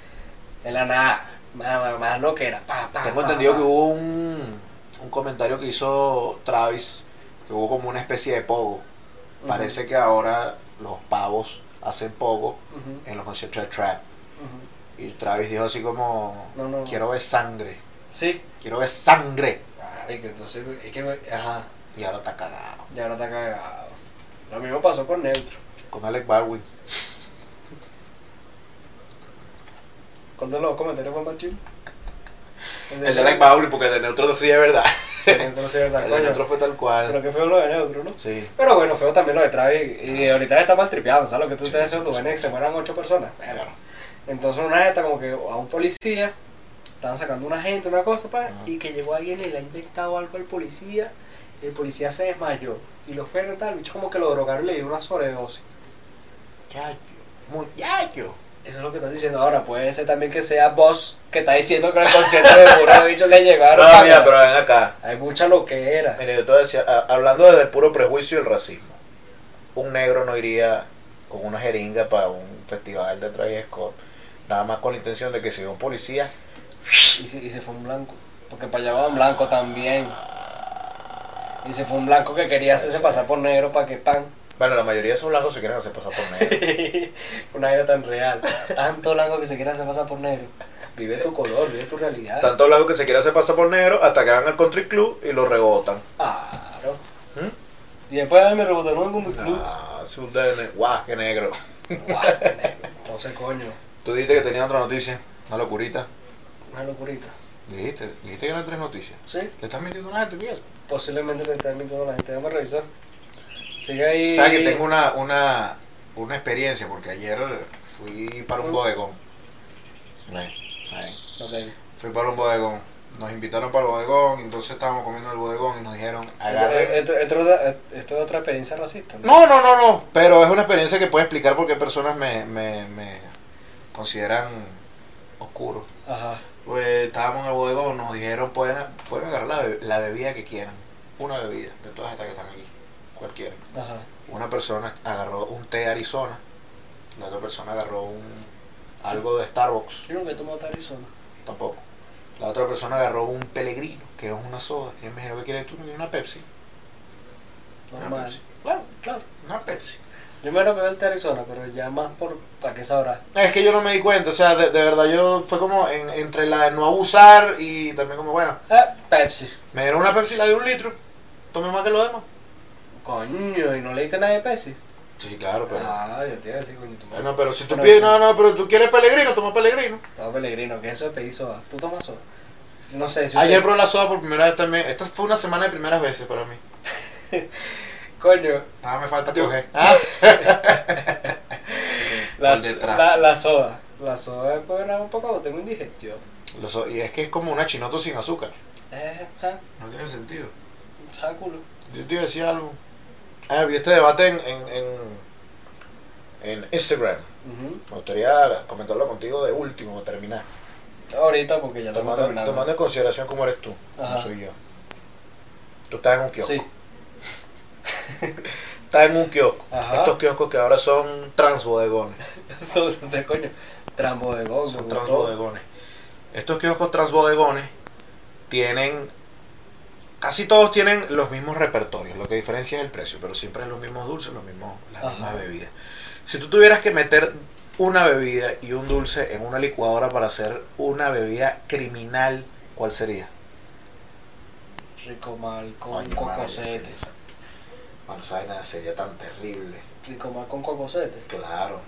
Speaker 3: En la nada. Más, más- más loquera. Pa, pa,
Speaker 2: Tengo
Speaker 3: pa,
Speaker 2: entendido
Speaker 3: pa.
Speaker 2: que hubo un, un comentario que hizo Travis, que hubo como una especie de pogo.
Speaker 3: Ujú.
Speaker 2: Parece que ahora los pavos hacen pogo
Speaker 3: Ujú,
Speaker 2: en los conciertos de trap.
Speaker 3: ujú.
Speaker 2: Y Travis dijo así como,
Speaker 3: No, no, no.
Speaker 2: quiero ver sangre,
Speaker 3: Sí.
Speaker 2: quiero ver sangre.
Speaker 3: Marico, entonces, es que. Ajá.
Speaker 2: Y ahora está cagado.
Speaker 3: Y ahora está cagado. Lo mismo pasó con Neutro.
Speaker 2: Con Alec Baldwin.
Speaker 3: ¿Cuándo los comentarios fue más chido?
Speaker 2: El de Alec Baldwin, porque el de Neutro sí es verdad.
Speaker 3: Neutro, sí, verdad,
Speaker 2: El de
Speaker 3: coño.
Speaker 2: Neutro fue tal cual.
Speaker 3: Pero que feo lo de Neutro, ¿no?
Speaker 2: Sí.
Speaker 3: Pero bueno, feo también lo de Travis. Y ahorita está mal tripeando, ¿sabes? Lo que tú estás haciendo, tú ven que se mueran ocho personas.
Speaker 2: Claro.
Speaker 3: Entonces una vez está como que a un policía, estaban sacando una gente, una cosa, pa,
Speaker 2: Ajá.
Speaker 3: y que llegó alguien y le ha inyectado algo al policía, y el policía se desmayó. Y lo fueron tal, el bicho como que lo drogaron y le dieron una sobredosis.
Speaker 2: Muchacho. Muchacho.
Speaker 3: Eso es lo que estás diciendo ahora. Puede ser también que sea vos que está diciendo que en el concierto de puro bicho le llegaron.
Speaker 2: No,
Speaker 3: pa,
Speaker 2: mira, pero ven acá.
Speaker 3: Hay mucha lo que era.
Speaker 2: Mira, yo te voy a decir, a- hablando desde el puro prejuicio y el racismo, un negro no iría con una jeringa para un festival de Travis Scott, nada más con la intención de que si ve un policía,
Speaker 3: Y se, y se fue un blanco. Porque para allá va un blanco también. Y se fue un blanco que
Speaker 2: Sí,
Speaker 3: quería
Speaker 2: puede
Speaker 3: hacerse
Speaker 2: ser.
Speaker 3: pasar por negro para que pan.
Speaker 2: bueno, la mayoría de esos blancos se quieren hacer pasar por negro.
Speaker 3: Una era tan real. Tanto blanco que se quiere hacer pasar por negro. Vive tu color, vive tu realidad.
Speaker 2: Tanto blanco que se quiere hacer pasar por negro hasta que van al country club y lo rebotan.
Speaker 3: Claro.
Speaker 2: ¿Mm?
Speaker 3: Y después ay, me rebotaron en Gundo Cruz.
Speaker 2: Ah, es un DN. guau, qué negro.
Speaker 3: Guau, negro. Entonces, coño,
Speaker 2: Tú dijiste que tenía otra noticia, una locurita.
Speaker 3: una locurita.
Speaker 2: Dijiste, dijiste que eran tres noticias.
Speaker 3: Sí,
Speaker 2: Le estás mintiendo a la gente, Miguel.
Speaker 3: posiblemente le estén mintiendo a la gente. Déjame revisar. Sigue ahí.
Speaker 2: ¿Sabes que tengo una, una, una experiencia? Porque ayer fui para un
Speaker 3: Mm.
Speaker 2: bodegón. Ven, ven.
Speaker 3: Ok.
Speaker 2: Fui para un bodegón. Nos invitaron para el bodegón, entonces estábamos comiendo el bodegón y nos dijeron,
Speaker 3: Eh,
Speaker 2: agarre.
Speaker 3: Esto, esto es otra- eh, esto es otra experiencia racista.
Speaker 2: No, no, no, no. Pero es una experiencia que puede explicar por qué personas me, me, me consideran oscuro.
Speaker 3: Ajá.
Speaker 2: Pues estábamos en el bodegón, nos dijeron, pueden, pueden agarrar la, be- la bebida que quieran. Una bebida, de todas estas que están aquí. Cualquiera.
Speaker 3: Ajá.
Speaker 2: Una persona agarró un té Arizona, la otra persona agarró un algo de Starbucks,
Speaker 3: Yo nunca he tomado Arizona.
Speaker 2: Ah, tampoco. La otra persona agarró un Pellegrino, que es una soda. Y él me dijeron, ¿qué quieres tú? Y Una Pepsi. Una
Speaker 3: Normal.
Speaker 2: Pepsi. Claro,
Speaker 3: Claro.
Speaker 2: una Pepsi.
Speaker 3: Yo me lo bebo el de Arizona, pero ya más por. ¿Para qué sabrás?
Speaker 2: Es que yo no me di cuenta, o sea, de, de verdad, yo fue como en- entre la de no abusar y también como, bueno,
Speaker 3: Eh, Pepsi.
Speaker 2: me dieron una Pepsi, la de un litro, tomé más que lo demás.
Speaker 3: Coño, ¿y no leíste nada de Pepsi?
Speaker 2: Sí, claro, pero...
Speaker 3: Ah, yo te iba a decir, coño, tu madre.
Speaker 2: Bueno, pero si tú
Speaker 3: Bueno,
Speaker 2: pides, no,
Speaker 3: bueno.
Speaker 2: no, pero tú quieres Pellegrino, toma Pellegrino.
Speaker 3: No, Pellegrino, que eso es pedir soda. ¿Tú tomas soda? No sé si.
Speaker 2: Ah, Ayer
Speaker 3: usted-
Speaker 2: probé la soda por primera vez también, esta fue una semana de primeras veces para mí.
Speaker 3: Coño, Ah.
Speaker 2: Nada me falta
Speaker 3: Yo-
Speaker 2: coger.
Speaker 3: la,
Speaker 2: Ah. Por detrás.
Speaker 3: la, la soda. La soda es buena un poco cuando tengo indigestión.
Speaker 2: Lo so- y es que es como una chinoto sin azúcar.
Speaker 3: Eh, ajá,
Speaker 2: No tiene sentido.
Speaker 3: sabe culo.
Speaker 2: Yo te iba a decir algo. Ah, vi este debate en, en, en, en Instagram.
Speaker 3: Ujú.
Speaker 2: Me gustaría comentarlo contigo de último, para terminar.
Speaker 3: Ahorita porque ya estamos
Speaker 2: Tomando,
Speaker 3: terminando.
Speaker 2: tomando en consideración cómo eres tú,
Speaker 3: Ajá.
Speaker 2: no soy yo. Tú estás en un kiosco.
Speaker 3: Sí,
Speaker 2: Estás en un kiosco.
Speaker 3: Ajá.
Speaker 2: Estos kioscos que ahora son transbodegones.
Speaker 3: son de coño. Trambo de gongo.
Speaker 2: Son
Speaker 3: como todo.
Speaker 2: transbodegones. Estos kioscos transbodegones tienen. Casi todos tienen los mismos repertorios. Lo que diferencia es el precio, pero siempre es los mismos dulces, los mismos, las
Speaker 3: Ajá.
Speaker 2: mismas bebidas. Si tú tuvieras que meter una bebida y un dulce en una licuadora para hacer una bebida criminal, ¿cuál sería?
Speaker 3: Rico mal con
Speaker 2: Coño, mano,
Speaker 3: cocosete.
Speaker 2: qué risa. Mano, esa vaina sería tan terrible.
Speaker 3: Rico mal con cocosete.
Speaker 2: Claro.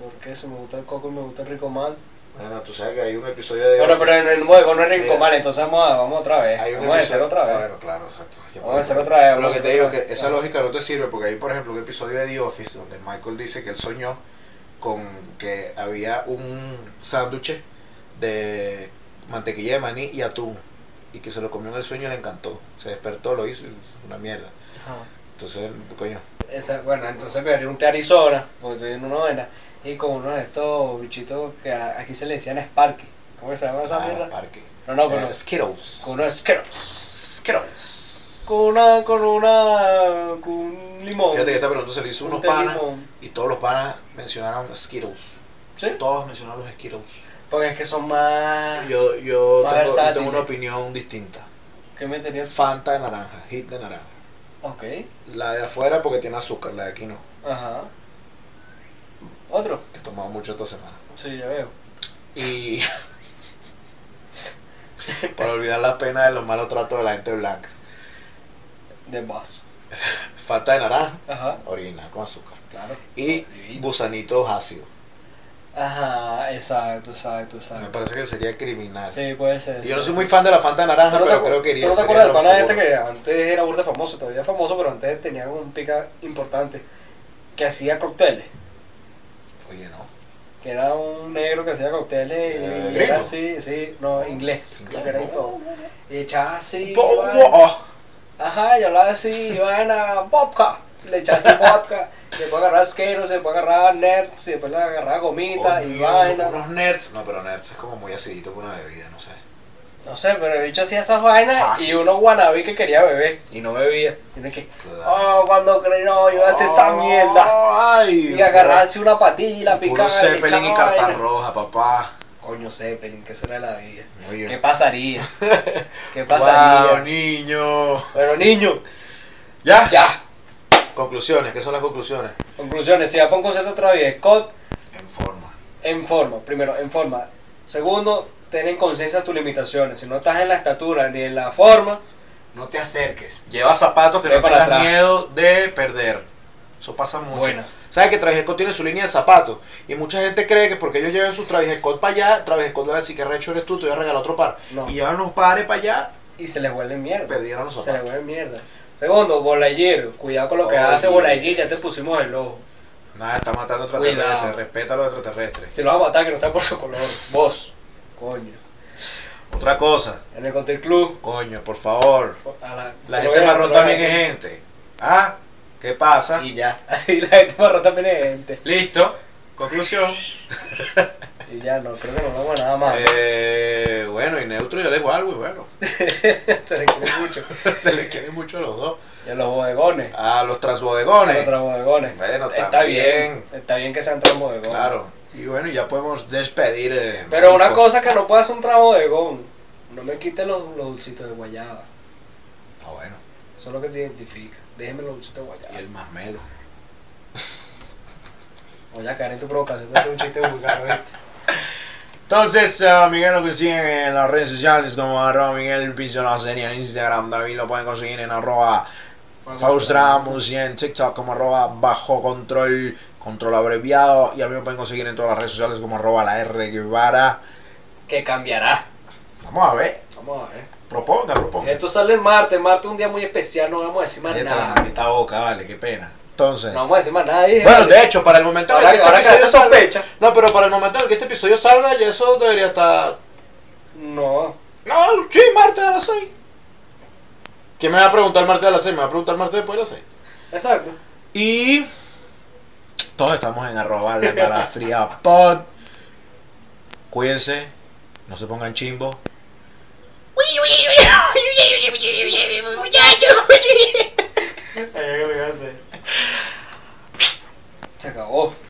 Speaker 3: Porque si me gusta el coco y me gusta el rico mal.
Speaker 2: Bueno, tú sabes que hay un episodio de.
Speaker 3: Bueno,
Speaker 2: Office-
Speaker 3: pero en el modelo no es rico
Speaker 2: Mira.
Speaker 3: mal, entonces vamos, a- vamos otra vez.
Speaker 2: Hay un
Speaker 3: Vamos a hacer
Speaker 2: episodio-
Speaker 3: otra vez.
Speaker 2: Bueno, claro, exacto. Ya
Speaker 3: Vamos a hacer
Speaker 2: por-
Speaker 3: otra vez.
Speaker 2: Pero lo
Speaker 3: vamos
Speaker 2: que
Speaker 3: a
Speaker 2: te
Speaker 3: hacer
Speaker 2: digo
Speaker 3: otra
Speaker 2: que
Speaker 3: vez.
Speaker 2: esa
Speaker 3: Ajá.
Speaker 2: lógica no te sirve porque hay, por ejemplo, un episodio de The Office donde Michael dice que él soñó con que había un sándwich de mantequilla de maní y atún y que se lo comió en el sueño y le encantó. Se despertó, lo hizo y fue una mierda.
Speaker 3: Ajá.
Speaker 2: Entonces, coño,
Speaker 3: Esa- bueno, entonces me haría un té Arizona, porque estoy en una vaina, y con uno de estos bichitos que a- aquí se le decían Sparky. ¿Cómo se llama esa
Speaker 2: ah,
Speaker 3: mierda?
Speaker 2: parque.
Speaker 3: No, no,
Speaker 2: Eh,
Speaker 3: pero
Speaker 2: Skittles.
Speaker 3: con uno de Skittles.
Speaker 2: Skittles.
Speaker 3: Con una, con una, con un limón.
Speaker 2: Fíjate que esta pregunta se le hizo
Speaker 3: Un
Speaker 2: unos
Speaker 3: té
Speaker 2: panas
Speaker 3: limón.
Speaker 2: y todos los panas mencionaron Skittles.
Speaker 3: Sí,
Speaker 2: Todos mencionaron los Skittles.
Speaker 3: porque es que son más...
Speaker 2: Yo, yo
Speaker 3: Ah. Más
Speaker 2: tengo,
Speaker 3: versátil.
Speaker 2: tengo una opinión distinta.
Speaker 3: ¿Qué metería?
Speaker 2: Fanta de naranja, hit de naranja.
Speaker 3: Ok,
Speaker 2: La de afuera porque tiene azúcar, la de aquí no.
Speaker 3: ajá. ¿Otro?
Speaker 2: He tomado mucho esta semana.
Speaker 3: Sí, ya veo.
Speaker 2: Y. para olvidar la pena de los malos tratos de la gente blanca.
Speaker 3: De vaso.
Speaker 2: Fanta de naranja,
Speaker 3: Ajá,
Speaker 2: orina con azúcar.
Speaker 3: claro.
Speaker 2: Y
Speaker 3: Divino.
Speaker 2: gusanitos ácidos.
Speaker 3: Ajá, exacto, exacto,
Speaker 2: Me
Speaker 3: exacto.
Speaker 2: parece que sería criminal.
Speaker 3: Sí, puede ser.
Speaker 2: Y Yo no soy muy fan de la Fanta de
Speaker 3: ¿Tú
Speaker 2: naranja,
Speaker 3: no te
Speaker 2: pero
Speaker 3: acu-
Speaker 2: creo que
Speaker 3: ¿Tú
Speaker 2: iría.
Speaker 3: no te
Speaker 2: sería
Speaker 3: acuerdas
Speaker 2: lo
Speaker 3: del pana
Speaker 2: seguro.
Speaker 3: este que antes era burda famoso, todavía es famoso, pero antes tenía un pica importante que hacía cócteles?
Speaker 2: Oye, no.
Speaker 3: Que era un negro que hacía cócteles y,
Speaker 2: Eh,
Speaker 3: y era
Speaker 2: gringo. Ah,
Speaker 3: así, sí, no, inglés, creo que era y todo. Y echaba así.
Speaker 2: Bo-
Speaker 3: vaina.
Speaker 2: oh.
Speaker 3: Ajá, y hablaba así, y vaina, vodka. Le echaba así vodka, y después agarraba skero, se después agarraba nerds, y después le agarraba gomita y
Speaker 2: Oye,
Speaker 3: vaina.
Speaker 2: Unos nerds. No, pero nerds es como muy acidito por una bebida, no sé.
Speaker 3: No sé, pero el bicho hacía esas vainas y
Speaker 2: Chakis.
Speaker 3: uno guanabí que quería beber y no bebía. Tiene que.
Speaker 2: Claro.
Speaker 3: Oh, cuando creí, no, yo a hacer esa mierda.
Speaker 2: Ay,
Speaker 3: Y agarrarse una patilla y la picaba.
Speaker 2: Oh, Puro
Speaker 3: y
Speaker 2: Zeppelin y
Speaker 3: echaba
Speaker 2: carta
Speaker 3: vaina.
Speaker 2: roja, papá.
Speaker 3: Coño, Zeppelin, ¿qué será de la vida?
Speaker 2: Oye.
Speaker 3: ¿Qué pasaría? ¿Qué pasaría?
Speaker 2: Guau, niño.
Speaker 3: Pero niño,
Speaker 2: ¿Ya?
Speaker 3: ya.
Speaker 2: Conclusiones, ¿qué son las conclusiones?
Speaker 3: Conclusiones, si va para un concierto otra vez, Scott,
Speaker 2: En forma.
Speaker 3: en forma. Primero, en forma. Segundo, ten en conciencia de tus limitaciones. Si no estás en la estatura ni en la forma, no te acerques.
Speaker 2: Lleva zapatos que
Speaker 3: Ve
Speaker 2: no
Speaker 3: para
Speaker 2: tengas
Speaker 3: atrás.
Speaker 2: miedo de perder. Eso pasa mucho.
Speaker 3: Buena.
Speaker 2: ¿Sabes que Travis Scott tiene su línea de zapatos? Y mucha gente cree que porque ellos llevan sus Travis Scott para allá, Travis Scott le va a decir que recho eres tú, te voy a regalar otro par.
Speaker 3: No.
Speaker 2: Y llevan los pares para allá,
Speaker 3: Y se les vuelve mierda.
Speaker 2: perdieron los
Speaker 3: Se les
Speaker 2: zapatos.
Speaker 3: vuelve mierda. Segundo, Bolayir, cuidado con lo que
Speaker 2: Oye.
Speaker 3: hace Bolayir, ya te pusimos el ojo.
Speaker 2: Nada, está matando extraterrestres,
Speaker 3: Cuidado.
Speaker 2: respeta a los extraterrestres.
Speaker 3: Si lo vas a matar, que no sea por su color. Vos, coño.
Speaker 2: Otra cosa,
Speaker 3: En el Country Club,
Speaker 2: coño, por favor.
Speaker 3: a la,
Speaker 2: La
Speaker 3: te lo
Speaker 2: gente
Speaker 3: voy a-
Speaker 2: marrón
Speaker 3: te lo voy a-
Speaker 2: también es gente. ¿Ah? ¿Qué pasa?
Speaker 3: Y ya, así la gente marrón también es gente.
Speaker 2: Listo. Conclusión.
Speaker 3: Y ya, no, creo que no vamos a nada más.
Speaker 2: Eh, bueno, y neutro yo le igual, güey, bueno. Eh.
Speaker 3: Se le quiere mucho.
Speaker 2: Se le quiere mucho a los dos.
Speaker 3: Y a los bodegones.
Speaker 2: A los
Speaker 3: A los
Speaker 2: transbodegones.
Speaker 3: transbodegones.
Speaker 2: Bueno,
Speaker 3: está
Speaker 2: también.
Speaker 3: bien. Está bien que sean transbodegones.
Speaker 2: Claro. Y bueno, ya podemos despedir. eh,
Speaker 3: Pero una
Speaker 2: maricos.
Speaker 3: cosa que no puede hacer un transbodegón, no me quite los, los dulcitos de guayaba.
Speaker 2: Ah, bueno.
Speaker 3: Eso es lo que te identifica. Déjeme los dulcitos de
Speaker 2: Y
Speaker 3: guayaba.
Speaker 2: el más melo.
Speaker 3: Voy a caer en tu provocación de hacer un chiste vulgar, ¿viste?
Speaker 2: Entonces, a Miguel lo consiguen en las redes sociales como arroba Miguel Piso la serie en Instagram. David lo pueden conseguir en arroba Faustramus y en TikTok como arroba bajo control, control abreviado. Y a mí me pueden conseguir en todas las redes sociales como arroba la R Guevara.
Speaker 3: Que cambiará.
Speaker 2: Vamos a ver,
Speaker 3: Vamos a ver.
Speaker 2: proponga, proponga.
Speaker 3: Esto sale el martes. Martes es un día muy especial. No vamos a decir más
Speaker 2: Ahí está la
Speaker 3: nada.
Speaker 2: maldita boca, vale, qué pena. Entonces,
Speaker 3: No vamos a decir más nada. dije,
Speaker 2: bueno,
Speaker 3: vale.
Speaker 2: de hecho, para el momento
Speaker 3: Ahora,
Speaker 2: en el que
Speaker 3: ahora
Speaker 2: este
Speaker 3: que te
Speaker 2: episodio salga-
Speaker 3: sospecha.
Speaker 2: No, pero para el momento en el que este episodio salga, ya eso debería estar.
Speaker 3: No.
Speaker 2: No, sí, martes a las 6. ¿Quién me va a preguntar martes a las 6? Me va a preguntar martes después de las 6.
Speaker 3: Exacto.
Speaker 2: Y todos estamos en arroba la para fría pod. Cuídense, no se pongan chimbo.
Speaker 3: Se acabó.